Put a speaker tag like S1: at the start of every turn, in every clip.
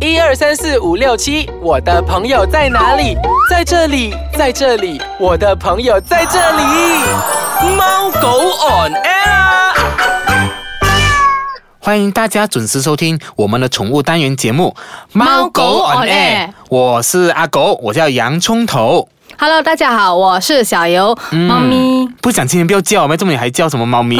S1: 一二三四五六七，我的朋友在哪里？在这里，在这里，我的朋友在这里。猫狗 on air 啊。
S2: 欢迎大家准时收听我们的宠物单元节目《
S3: 猫狗 on air
S2: 我是阿狗，我叫洋葱头。
S3: Hello，大家好，我是小游、
S2: 嗯
S3: 猫咪。
S2: 不想亲人不要叫，没重点还叫什么猫 咪，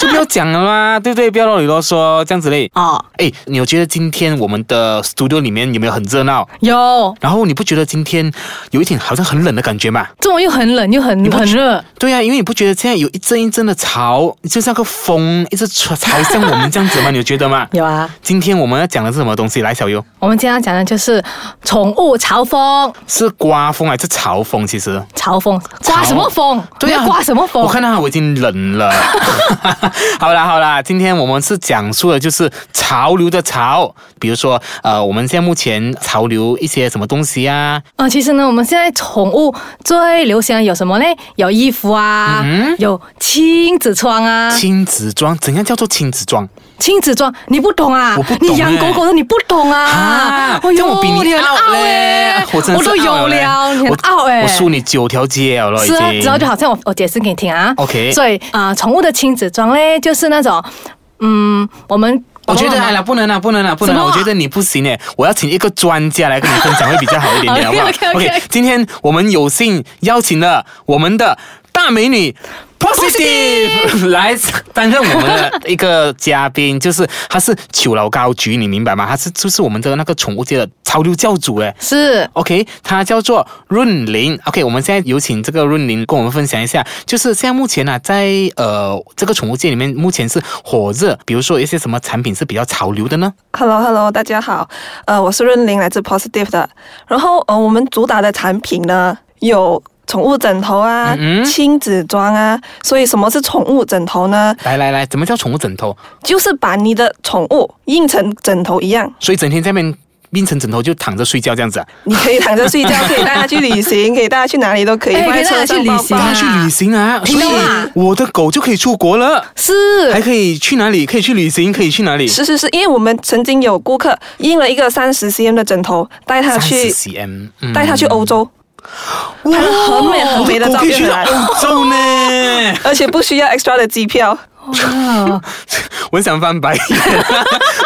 S2: 就不要讲了嘛，对不对？不要啰里啰嗦，这样子嘞。
S3: 哦，
S2: 哎，你有觉得今天我们的 studio 里面有没有很热闹？
S3: 有，
S2: 然后你不觉得今天有一点好像很冷的感觉吗？
S3: 中午又很冷又很
S2: 不
S3: 很热，
S2: 对啊呀、因为你不觉得现在有一阵一阵的潮，就像个风一直吹朝向我们这样子吗？你有觉得 吗？
S3: 有啊。
S2: 今天我们要讲的是什么东西？来，小优，
S3: 我们今天要讲的就是宠物嘲风，
S2: 是刮风还是潮风？其实，
S3: 嘲风刮什么风？
S2: 对
S3: 你
S2: 呀、
S3: 要刮什么风
S2: 我？看到我已经冷 了。好啦好啦，今天我们是讲述的就是潮流的潮，比如说呃，我们现在目前潮流一些什么东西啊，
S3: 啊、其实呢，我们现在宠物最流行的有什么呢？有衣服啊，有亲子装啊，
S2: 嗯亲子装，怎样叫做亲子装？
S3: 亲子装你不懂啊？
S2: 我不懂
S3: 你养
S2: 欸
S3: 狗狗的你不懂啊
S2: 啊！！
S3: 哎
S2: 这样我比
S3: 你
S2: 你
S3: 很傲
S2: 傲嘞
S3: 欸，
S2: 我真的
S3: 我
S2: 是
S3: 都有
S2: 傲嘞
S3: 了，你很
S2: 我
S3: 傲哎、
S2: 我输你九条街了，哦已
S3: 是啊，
S2: 经。
S3: 之后就好像我我解释给你听啊。
S2: OK
S3: 所以啊、呃宠物的亲子装嘞，就是那种，嗯，我们
S2: 我觉得哎呀，不能啊，不能啊，不能
S3: 什
S2: 啊！
S3: 么
S2: 我觉得你不行哎，我要请一个专家来跟你分享会比较好一点点，好不好
S3: OK，OK，OK
S2: 今天我们有幸邀请了我们的大美女 Positive 来担任我们的一个嘉宾，就是她是九老高局，你明白吗？她是就是我们的那个宠物界的潮流教主哎。
S3: 是
S2: OK，她叫做润玲。OK，我们现在有请这个润玲跟我们分享一下，就是现在目前呢、啊，在呃这个宠物界里面，目前是火热，比如说有一些什么产品是比较潮流的呢？
S4: Hello Hello，大家好，呃，我是润玲，来自 Positive 的。然后呃，我们主打的产品呢有宠物枕头啊、
S2: 嗯嗯
S4: 亲子装啊，所以什么是宠物枕头呢？
S2: 来来来，怎么叫宠物枕头？
S4: 就是把你的宠物印成枕头一样，
S2: 所以整天在面变成枕头就躺着睡觉这样子啊？
S4: 你可以躺着睡觉，可以带它去旅行，可以带它去哪里都可 以，
S3: 哎
S4: 放
S3: 可
S4: 在
S3: 以带它
S4: 车上
S3: 去旅
S4: 包
S3: 行
S4: 包
S2: 带。它去旅行啊，
S3: 听
S2: 所以
S3: 到吗
S2: 我的狗就可以出国了，还
S3: 是，
S2: 可以去哪里？可以去旅行，可以去哪里？
S4: 是是是，因为我们曾经有顾客印了一个三十 cm 的枕头，带他去
S2: cm，、嗯
S4: 带他去欧洲，
S2: 哇，
S4: 很美很美的
S2: 我
S4: 照
S2: 可以
S4: 片
S2: 去
S4: 回来
S2: 到
S4: 了，
S2: 欧洲呢。
S4: 而且不需要 extra 的机票。
S3: 哇
S2: 我想翻白眼，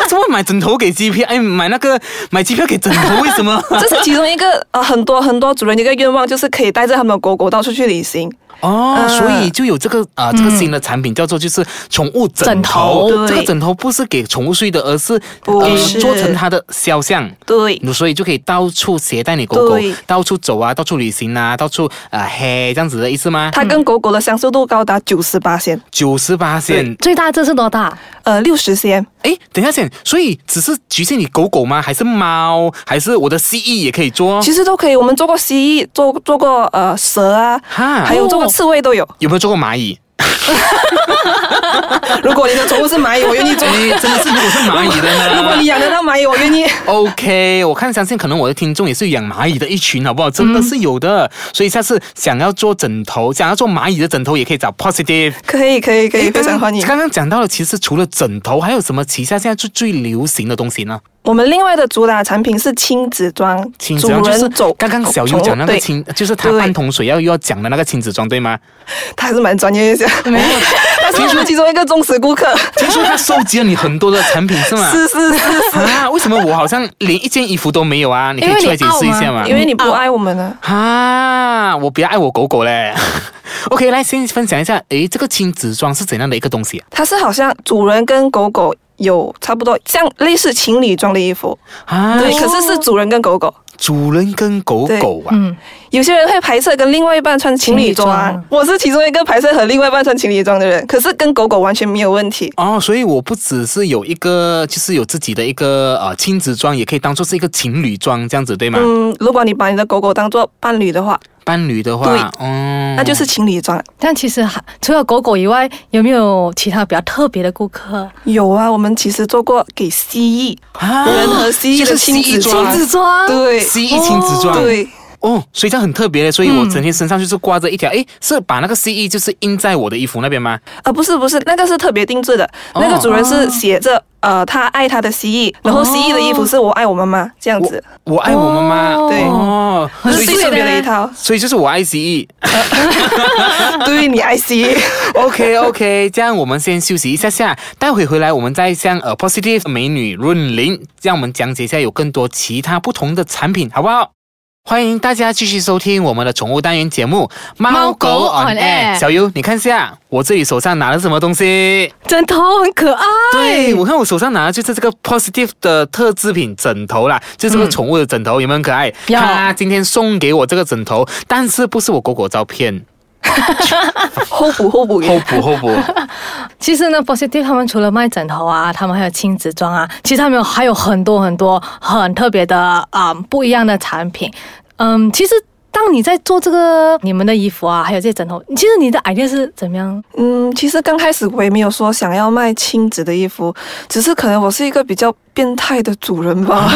S2: 怎么买枕头给机票？哎，买那个买机票给枕头，为什么？
S4: 这是其中一个呃，很多很多主人的一个愿望，就是可以带着他们的狗狗到处去旅行。
S2: 哦，
S4: 嗯
S2: 所以就有这个啊、这个新的产品叫做就是宠物枕
S3: 枕
S2: 头
S3: 头。
S4: 对
S2: 这个枕头不是给宠物睡的，而是呃
S4: 不是
S2: 做成它的肖像。嗯
S4: 对
S2: 所以就可以到处携带你狗狗
S4: 对，
S2: 到处走啊，到处旅行啊，到处啊、呃、嘿这样子的意思吗？
S4: 它跟狗狗的相似度高达九十八先，
S2: 九十八线，
S3: 最大这是多大？
S4: 呃，六十先。
S2: 哎，等一下先，所以只是局限于狗狗吗？还是猫？还是我的蜥蜴也可以做？
S4: 其实都可以。我们做过蜥蜴，做做过呃蛇啊，
S2: 哈哦
S4: 还有做过刺猬都有。
S2: 有没有做过蚂蚁？
S4: 如果你的宠物是蚂蚁，我愿意 做。
S2: 哎，真的是，如果是蚂蚁的呢？
S4: 如果你养得到蚂蚁，我愿意。
S2: OK，我看相信可能我的听众也是养蚂蚁的一群，好不好？真的是有的，
S4: 嗯
S2: 所以下次想要做枕头，想要做蚂蚁的枕头，也可以找 Positive。
S4: 可以，可以，可以，
S2: 诶
S4: 非常欢迎。
S2: 刚刚讲到了，其实除了枕头，还有什么旗下现在最最流行的东西呢？
S4: 我们另外的主打产品是亲子装，
S2: 亲子
S4: 主
S2: 装就
S4: 人
S2: 是
S4: 走。
S2: 刚刚小优
S4: 宠物
S2: 讲那个
S4: 对
S2: 亲，就是他
S4: 对
S2: 半桶水要又要讲的那个亲子装，对吗？
S4: 他还是蛮专业一下。没有， 他是我们其中一个忠实顾客。
S2: 听说他收集了你很多的产品是吗？
S4: 是是是，
S2: 啊，为什么我好像连一件衣服都没有啊？你可
S3: 因
S2: 以
S3: 为
S2: 出来
S3: 你
S2: 解释一
S3: 傲
S2: 下
S3: 嘛
S2: 吗？
S4: 因为你不爱我们啊。
S2: 啊，我比较爱我狗狗嘞。OK，来先分享一下，诶，这个亲子装是怎样的一个东西啊？
S4: 它是好像主人跟狗狗有差不多像类似情侣装的衣服，
S2: 啊
S4: 对，可是是主人跟狗狗。
S2: 主人跟狗狗啊，
S3: 嗯，
S4: 有些人会拍摄跟另外一半穿情侣装，啊
S2: 嗯
S3: 情侣装
S4: 我是其中一个拍摄和另外一半穿情侣装的人，可是跟狗狗完全没有问题。
S2: 哦，所以我不只是有一个，就是有自己的一个呃亲子装，也可以当做是一个情侣装这样子，对吗？
S4: 嗯，如果你把你的狗狗当做伴侣的话，
S2: 伴侣的
S4: 对
S2: 话，嗯，
S4: 那就是情侣装。
S3: 但其实还除了狗狗以外，有没有其他比较特别的顾客？
S4: 有啊，我们其实做过给蜥蜴、
S2: 啊
S4: 人和蜥蜴
S2: 就
S4: 的
S2: 是
S4: 亲子
S2: 装
S4: 装，
S3: 亲子装
S4: 对
S2: 啊蜥蜴亲子装，
S4: 对，
S2: 哦，所以这样很特别的，所以我整天身上就是挂着一条，
S4: 嗯
S2: 诶，是把那个 CE 就是印在我的衣服那边吗？
S4: 呃，不是不是，那个是特别定制的，
S2: 哦
S4: 那个主人是写着呃他爱他的蜥蜴，然后蜥蜴的衣服是我爱我妈妈这样子，
S2: 我爱我妈妈，
S3: 哦
S4: 对
S2: 哦，
S3: 很
S2: 所
S4: 是
S2: 以。
S4: 最
S3: 碎
S4: 特别的
S3: 嘞
S4: 一套
S2: 所以就是我爱 CE。
S4: 对你爱蜥 蜴，
S2: OK OK，这样我们先休息一下下，待会回来我们再向呃 Positive 美女润玲，让我们讲解一下有更多其他不同的产品，好不好？欢迎大家继续收听我们的宠物单元节目《猫
S3: 猫狗
S2: 狗 on
S3: on
S2: air》。
S3: air
S2: 小优，你看一下我这里手上拿了什么东西？
S3: 枕头很可爱。
S2: 对，我看我手上拿的就是这个 Positive 的特制品枕头啦，就是这个宠物的枕头，有没有很可爱？
S3: 嗯有
S2: 他今天送给我这个枕头，但是不是我狗狗照片，
S4: 后补后补。
S2: 后补后补。
S3: 其实呢，Positive 他们除了卖枕头啊，他们还有亲子装啊，其实他们有还有很多很多很特别的啊、不一样的产品。嗯，其实当你在做这个你们的衣服啊，还有这些枕头，其实你的 idea 是怎么样？
S4: 嗯，其实刚开始我也没有说想要卖亲子的衣服，只是可能我是一个比较变态的主人吧。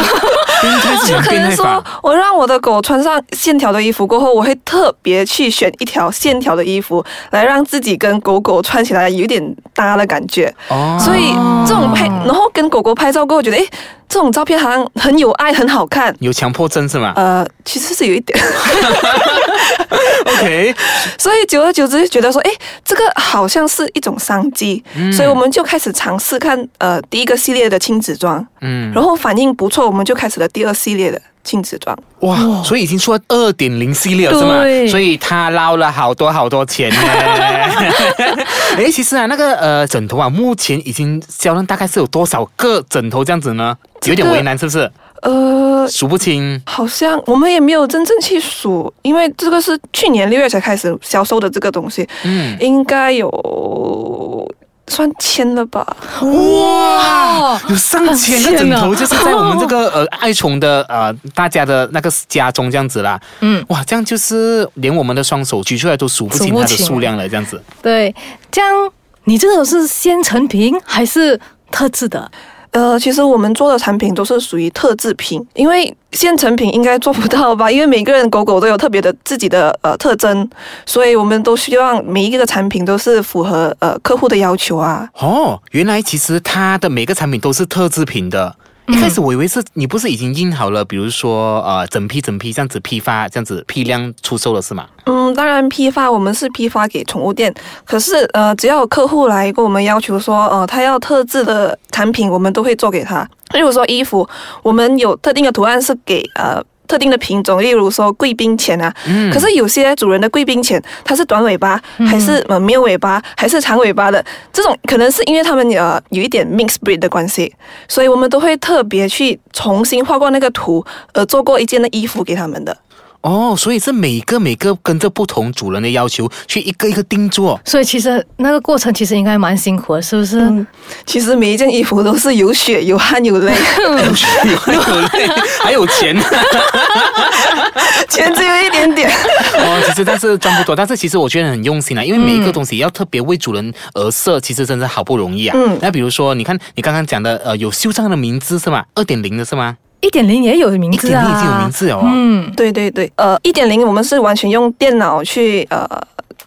S2: 变态是
S4: 就
S2: 什么
S4: 可
S2: 哦变
S4: 能
S2: 态法
S4: 说？，我让我的狗穿上线条的衣服过后，我会特别去选一条线条的衣服，来让自己跟狗狗穿起来有一点搭的感觉。
S2: 哦
S4: 所以这种拍，然后跟狗狗拍照过后，觉得诶，这种照片好像很有爱，很好看。
S2: 有强迫症是吗、
S4: 呃，其实是有一点，
S2: o k
S4: 所以久而久之就觉得说，诶，这个好像是一种商机，
S2: 嗯
S4: 所以我们就开始尝试看呃第一个系列的亲子装，
S2: 嗯，
S4: 然后反应不错，我们就开始了第二系列的亲子装。
S2: 哇，所以已经出了二点零系列了是吗？
S3: 对
S2: 所以他捞了好多好多钱呢。哎，其实啊，那个呃枕头啊，目前已经销量大概是有多少个枕头这样子呢？有点为难是不是？
S4: 呃，
S2: 数不清。
S4: 好像我们也没有真正去数，因为这个是去年六月才开始销售的这个东西，
S2: 嗯，
S4: 应该有算千了吧？
S2: 哇，有上千个枕头，
S3: 上千啊
S2: 就是在我们这个呃爱宠的呃大家的那个家中这样子啦。
S3: 嗯，
S2: 哇，这样就是连我们的双手举出来都数不清
S3: 数不
S2: 它的
S3: 清
S2: 数量了，这样子。
S3: 对，这样你这个是先成品还是特制的？
S4: 呃，其实我们做的产品都是属于特制品，因为现成品应该做不到吧？因 为每个人狗狗都有特别的自己的呃特征，所以我们都希望每一个产品都是符合呃客户的要求啊。
S2: 哦，原来其实它的每个产品都是特制品的。
S3: 嗯
S2: 一开始我以为是你不是已经印好了，比如说呃整批整批这样子批发，这样子批量出售了是吗？
S4: 嗯，当然批发我们是批发给宠物店，可是呃，只要有客户来跟我们要求说，呃，他要特制的产品，我们都会做给他。例如说衣服，我们有特定的图案是给呃。特定的品种，例如说贵宾犬啊，
S2: 嗯
S4: 可是有些主人的贵宾犬它是短尾巴，还是呃没有尾巴，还是长尾巴的，这种可能是因为它们呃有一点 mixed breed 的关系，所以我们都会特别去重新画过那个图，呃，做过一件的衣服给他们的。
S2: 哦，所以是每个每个跟着不同主人的要求去一个一个定做。
S3: 所以其实那个过程其实应该蛮辛苦的，是不是？
S4: 嗯，其实每一件衣服都是有血、有汗、有泪，
S3: 嗯
S2: 有汗有泪，还有钱
S4: 钱只有一点点。
S2: 哦，其实但是赚不多，但是其实我觉得很用心啊，因为每一个东西要特别为主人而设，其实真的好不容易啊。
S4: 嗯
S2: 那比如说，你看你刚刚讲的，呃，有绣上的名字是吗？二点零的是吗？
S3: 一点零也有名
S2: 一
S3: 字
S2: 点
S3: 啊，
S2: 零已经有名字了哦。
S3: 嗯，
S4: 对对对，呃，一点零我们是完全用电脑去呃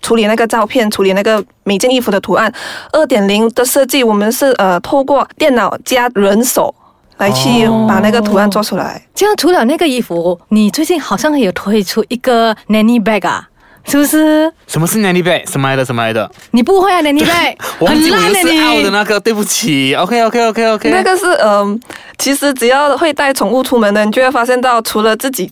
S4: 处理那个照片，处理那个每件衣服的图案。二点零的设计，我们是呃透过电脑加人手来去
S2: 哦
S4: 把那个图案做出来。
S3: 这样除了那个衣服，你最近好像有推出一个 nanny bag 啊，是不是？
S2: 什么是 nanny bag？什么来的？什么来的？
S3: 你 不会啊，nanny bag，
S2: 我忘记
S3: 很
S2: 我
S3: 烂
S2: 又
S3: 的
S2: 是
S3: 你。
S2: out 的那个，对不起。OK OK OK OK。
S4: 那个是嗯、呃其实只要会带宠物出门的，你就会发现到，除了自己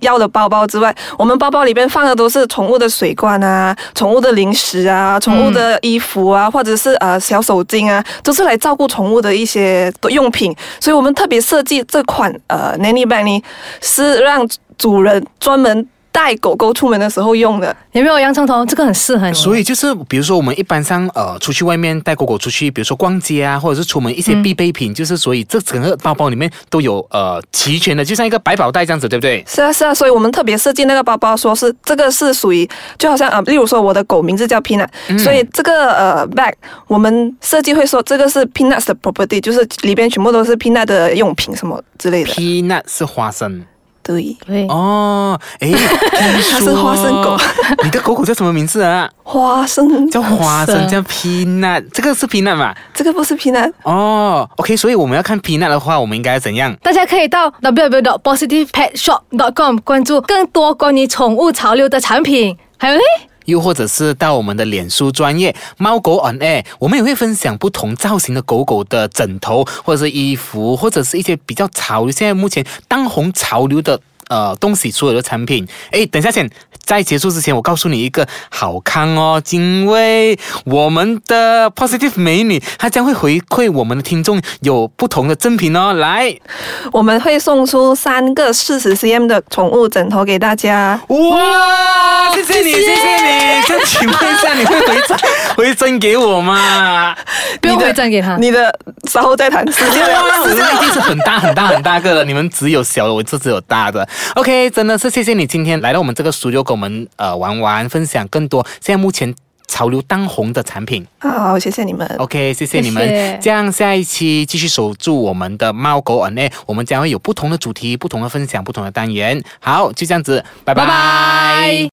S4: 要的包包之外，我们包包里边放的都是宠物的水罐啊、宠物的零食啊、宠物的衣服啊，或者是呃小手巾啊，都是来照顾宠物的一些用品。所以我们特别设计这款呃 nanny bag 呢，是让主人专门带狗狗出门的时候用的。
S3: 有没有洋葱头？这个很适合你。
S2: 所
S3: 以
S2: 以就是，比如说我们一般上呃出去外面带狗狗出去，比如说逛街啊，或者是出门一
S4: 嗯
S2: 些必备品，就是所以这整个包包里面都有呃齐全的，就像一个百宝袋这样子，对不对？
S4: 是啊，是啊，所以我们特别设计那个包包，说是这个是属于，就好像啊，例如说我的狗名字叫 Peanut，、所以这个呃 bag 我们设计会说这个是 Peanut 的 property，就是里边全部都是 Peanut 的用品什么之类的。
S2: peanut 是花生，
S4: 对，
S3: 对，
S2: 哦， 哎，它
S4: 它是花生狗，
S2: 你的狗狗叫什么名字啊？
S4: 花生
S2: 叫花
S3: 是啊
S2: 生，叫 peanut，这个是 peanut 嘛？
S4: 这个不是皮蛋，
S2: 哦，OK，所以我们要看 peanut 的话，我们应该怎样？
S3: 大家可以到 www positive pet shop dot com 关注更多关于宠物潮流的产品。还有嘞，
S2: 又或者是到我们的脸书专业猫狗 on air，我们也会分享不同造型的狗狗的枕头，或者是衣服，或者是一些比较潮流，现在目前当红潮流的。呃，东西所有的产品，哎，等一下先，在结束之前，我告诉你一个好康哦，因为我们的 Positive 美女她将会回馈我们的听众有不同的赠品哦，来，
S4: 我们会送出三个四十 cm 的宠物枕头给大家。
S2: 哇，谢谢你，谢谢你，这样请问一下，你会回赠 回赠给我吗？
S3: 不用回赠给他。
S4: 你的稍后再谈，
S2: 啊
S4: 时间了。
S2: 我的已经是很大很大很大个了，你们只有小的，我这只有大的。OK，真的是谢谢你今天来到我们这个 studio 跟我们呃玩玩，分享更多现在目前。潮流当红的产品
S4: 好，谢谢你们。
S2: ，OK，谢谢你们。
S3: 谢谢
S2: 这样下一期继续守住我们的猫狗 on air，我们将会有不同的主题、不同的分享、不同的单元。好，就这样子，拜拜。
S3: 拜拜